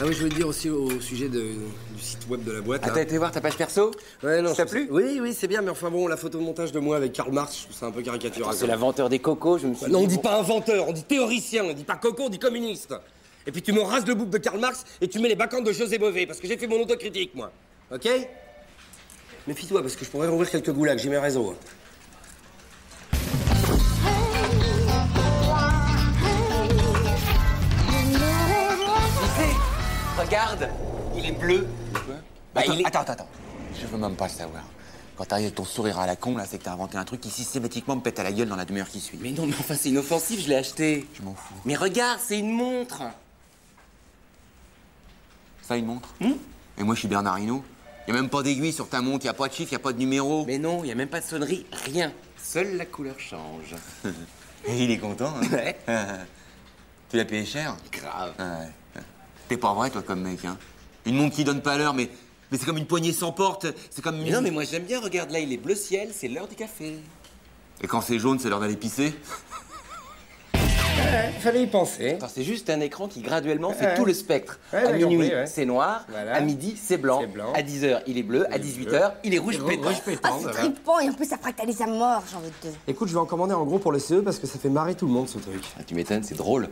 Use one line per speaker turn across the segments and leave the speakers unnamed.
Ah oui, je voulais te dire aussi au sujet de- du site web de la boîte.
Ah,
là.
t'as été voir ta page perso
Ouais, non,
Ça t'a
je trouve
plu
Oui, oui, c'est bien, mais enfin bon, la photo de montage de moi avec Karl Marx, je trouve ça un peu caricatural.
C'est l'inventeur des cocos, je me suis
Bah non, on dit pas inventeur, on dit théoricien, on dit pas coco, on dit communiste. Et puis tu me rases le bouc de Karl Marx et tu mets les bacchantes de José Bové, parce que j'ai fait mon autocritique, moi. Ok Méfie-toi, parce que je pourrais rouvrir quelques goulags, j'ai mes réseaux. hein.
Regarde, il est bleu.
Bah,
attends,
il est-
attends, attends, attends. Je veux même pas le savoir. Quand t'arrives avec ton sourire à la con, là, c'est que t'as inventé un truc qui systématiquement me pète à la gueule dans la demi-heure qui suit.
Mais non, mais enfin, c'est inoffensif, je l'ai acheté.
Je m'en fous.
Mais regarde, c'est une montre
Ça, une montre
Hmm
Et moi, je suis Bernard Hinault. Y a même pas d'aiguille sur ta montre, y a pas de chiffre, y a pas de numéro.
Mais non, y a même pas de sonnerie, rien.
seule la couleur change. Et il est content, hein
Ouais.
Tu l'as payé cher Ah
Grave.
Ouais. T'es pas vrai, toi, comme mec, hein Une montre qui donne pas l'heure, mais, mais c'est comme une poignée sans porte, c'est comme...
Mais non, mais moi j'aime bien, regarde, là, il est bleu ciel, c'est l'heure du café.
Et quand c'est jaune, c'est l'heure d'aller pisser
Fallait y penser.
C'est juste un écran qui graduellement fait tout le spectre.
Ouais,
à
j'ai
minuit,
compris, ouais.
c'est noir.
Voilà.
À midi, c'est blanc.
C'est blanc.
À 10h, il est bleu. à 18h, il est
Oh,
rouge pétant.
Ah, c'est trippant et en plus ça fractalise à mort, j'ai envie de te.
Écoute, je vais en commander en gros pour le CE parce que ça fait marrer tout le monde ce truc.
Ah, tu m'étonnes, c'est drôle.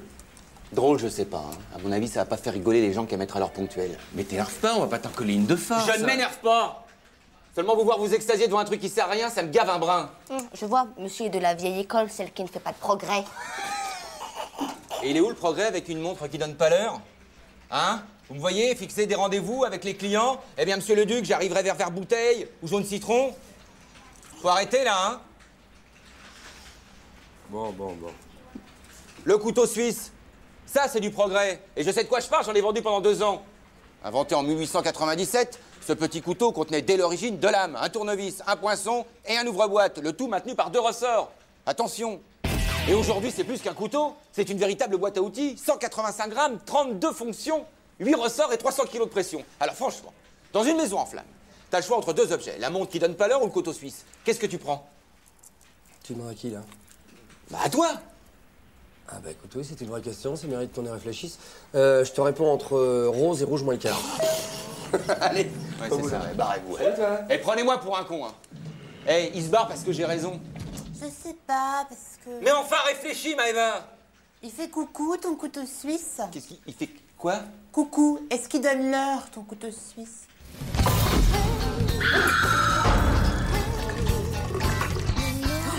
Drôle, je sais pas. hein. À mon avis, ça va pas faire rigoler les gens qui mettre à l'heure ponctuelle. Mais t'énerve pas, on va pas t'en coller une de force. Je ne m'énerve pas Seulement vous voir vous extasier devant un truc qui sert à rien, ça me gave un brin.
Hum, Je vois, monsieur est de la vieille école, celle qui ne fait pas de progrès.
Et il est où le progrès avec une montre qui donne pas l'heure Hein Vous me voyez fixer des rendez-vous avec les clients Eh bien, monsieur le duc, j'arriverai vers vers bouteille ou jaune citron. Faut arrêter là, hein
Bon, bon, bon.
Le couteau suisse, ça c'est du progrès. Et je sais de quoi je parle, j'en ai vendu pendant deux ans. Inventé en 1897, ce petit couteau contenait dès l'origine deux lames, un tournevis, un poinçon et un ouvre-boîte, le tout maintenu par deux ressorts. Attention Et aujourd'hui, c'est plus qu'un couteau, c'est une véritable boîte à outils, 185 grammes, 32 fonctions, 8 ressorts et 300 kilos de pression. Alors franchement, dans une maison en flammes, t'as le choix entre deux objets, la montre qui donne pas l'heure ou le couteau suisse. Qu'est-ce que tu prends
Tu demandes à qui là
Bah à toi
Ah bah écoute, oui, c'est une vraie question, ça mérite qu'on y réfléchisse. Euh, je te réponds entre euh, rose et rouge moins le quart.
Allez, c'est ça, barrez-vous. Et prenez-moi pour un con, hein. Eh, il se barre parce que j'ai raison.
Je sais pas, parce que.
Mais enfin, réfléchis, Maëva
Il fait coucou ton couteau suisse
Qu'est-ce qu'il il fait Quoi
Coucou, est-ce qu'il donne l'heure ton couteau suisse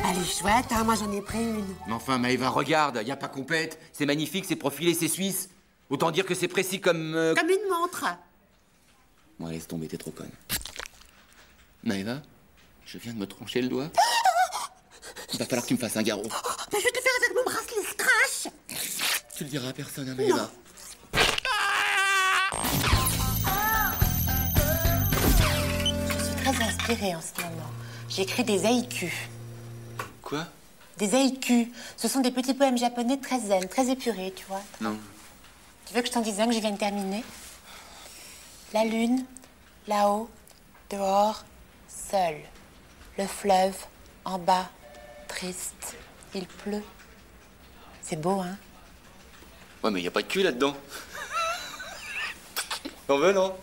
Elle est chouette, hein, moi j'en ai pris une.
Mais enfin, Maëva, regarde, y a pas compète. C'est magnifique, c'est profilé, c'est suisse. Autant dire que c'est précis comme... euh,
Comme une montre.
Bon, laisse tomber, t'es trop conne. Maëva, je viens de me trancher le doigt. Il va falloir que tu me fasses un garrot.
Mais ben, je vais te le faire avec mon bracelet scratch
Tu le diras à personne, hein, Maëva.
Je suis très inspirée en ce moment. J'écris des haïkus.
Quoi
Des haïkus, ce sont des petits poèmes japonais très zen, très épurés, tu vois.
Non.
Tu veux que je t'en dise un que je viens de terminer La lune, là-haut, dehors, seul. Le fleuve, en bas, triste. Il pleut. C'est beau, hein
Ouais, mais y a pas de cul là-dedans. T'en veux, non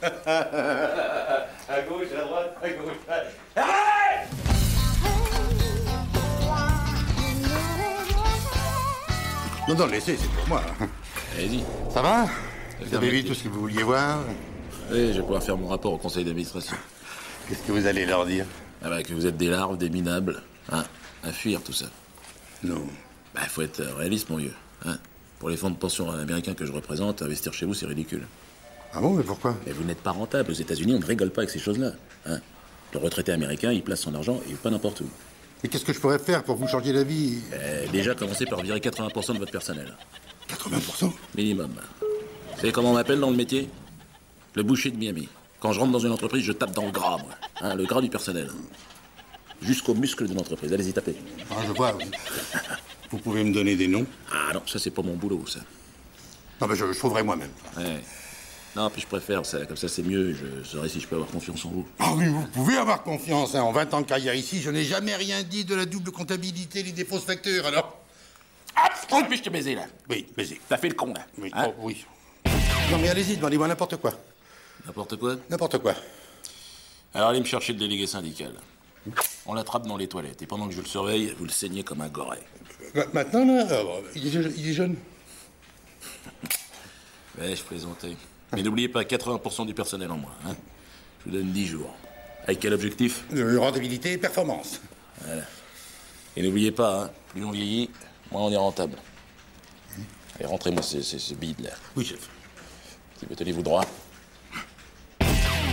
Non, non, laissez, c'est pour moi.
Allez-y.
Ça va Vous avez
Fermez.
vu tout ce que vous vouliez voir
Oui, je vais pouvoir faire mon rapport au conseil d'administration.
Qu'est-ce que vous allez leur dire
Ah bah, que vous êtes des larves, des minables, hein, à fuir tout ça.
Non.
Bah, faut être euh, réaliste, mon vieux, hein. Pour les fonds de pension américains que je représente, investir chez vous, c'est ridicule.
Ah bon, mais pourquoi
Mais vous n'êtes pas rentable. Aux États-Unis, on ne rigole pas avec ces choses-là, hein. Le retraité américain, il place son argent et pas n'importe où.
Et qu'est-ce que je pourrais faire pour vous changer d'avis
Eh, déjà, commencez par virer 80% de votre personnel.
80%
Minimum. Vous savez comment on m'appelle dans le métier Le boucher de Miami. Quand je rentre dans une entreprise, je tape dans le gras, moi. Hein, le gras du personnel. Jusqu'au muscle de l'entreprise. Allez-y, tapez.
Ah, je vois. Vous pouvez me donner des noms
Ah non, ça, c'est pas mon boulot, ça.
Non, mais je, je trouverai moi-même.
Ouais. Non, puis je préfère, ça, comme ça, c'est mieux. Je saurai si je peux avoir confiance en vous.
Ah oui, vous pouvez avoir confiance. hein. En 20 ans de carrière ici, je n'ai jamais rien dit de la double comptabilité, les défauts factures, alors.
Ah, puis je te baisé, là.
Oui, vas-y.
T'as fait le con, là.
Oui,
Hein
oh, oui. Non, mais allez-y, demandez-moi n'importe quoi.
N'importe quoi.
N'importe quoi.
Alors allez me chercher le délégué syndical. On l'attrape dans les toilettes et pendant que je le surveille, vous le saignez comme un goré.
Ma- Maintenant, là, alors, il, est, je- il est jeune.
Ouais, Eh, je plaisantais. Mais n'oubliez pas 80% du personnel en moins. hein. je vous donne 10 jours. Avec quel objectif
Euh, rentabilité et performance.
Et n'oubliez pas, hein, plus on vieillit, moins on est rentable. Allez, rentrez-moi ce, ce, ce bide là.
Oui, chef.
Si vous tenez-vous droit.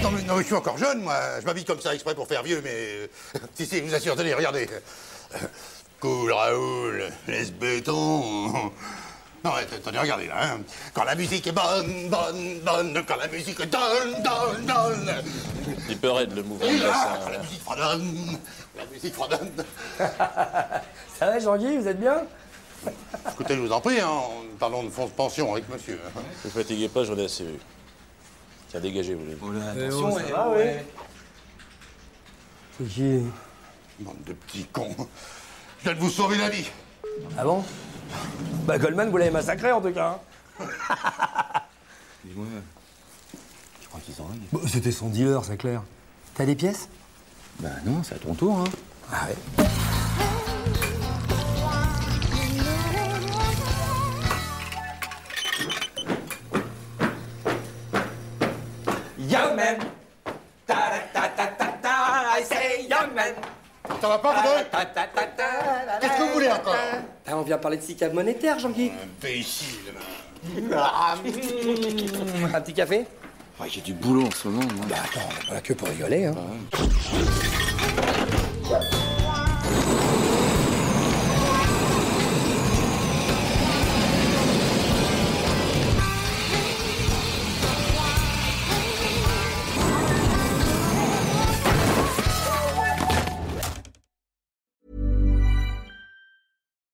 Non mais, non, mais je suis encore jeune, moi. Je m'habille comme ça exprès pour faire vieux, mais... euh, si, si, je vous assure, tenez, regardez. Euh, Cool, Raoul, laisse béton. Non, mais attendez, regardez, là. hein. Quand la musique est bonne, bonne, bonne, quand la musique donne, donne, donne.
Il peut raide le mouvement
Et
de
là,
bassin.
quand la
là.
musique fredonne, la musique fredonne.
Ça va, Ah Jean-Guy, vous êtes bien
Écoutez, je vous en prie, hein, en- parlons de fonds de pension avec monsieur. hein.
Ne vous fatiguez pas, j'en ai assez vu. Tiens, dégagez, vous les
J'ai...
Bande de petits cons. Je viens de vous sauver la vie.
Ah bon Bah, Goldman, vous l'avez massacré, en tout cas. hein. Dis-moi, tu crois qu'ils ont C'était son dealer, c'est clair. T'as des pièces Bah, hein. Ah
Young man. Ta ta ta ta ta. I say young man.
Ça va pas, vous deux
Ta ta ta ta.
Qu'est-ce que vous voulez encore
Ah, on vient parler de SICA monétaire, Jean-Guy.
Imbécile.
Un petit café
Ouais, j'ai du boulot en ce moment, moi.
Pas que pour rigoler, hein.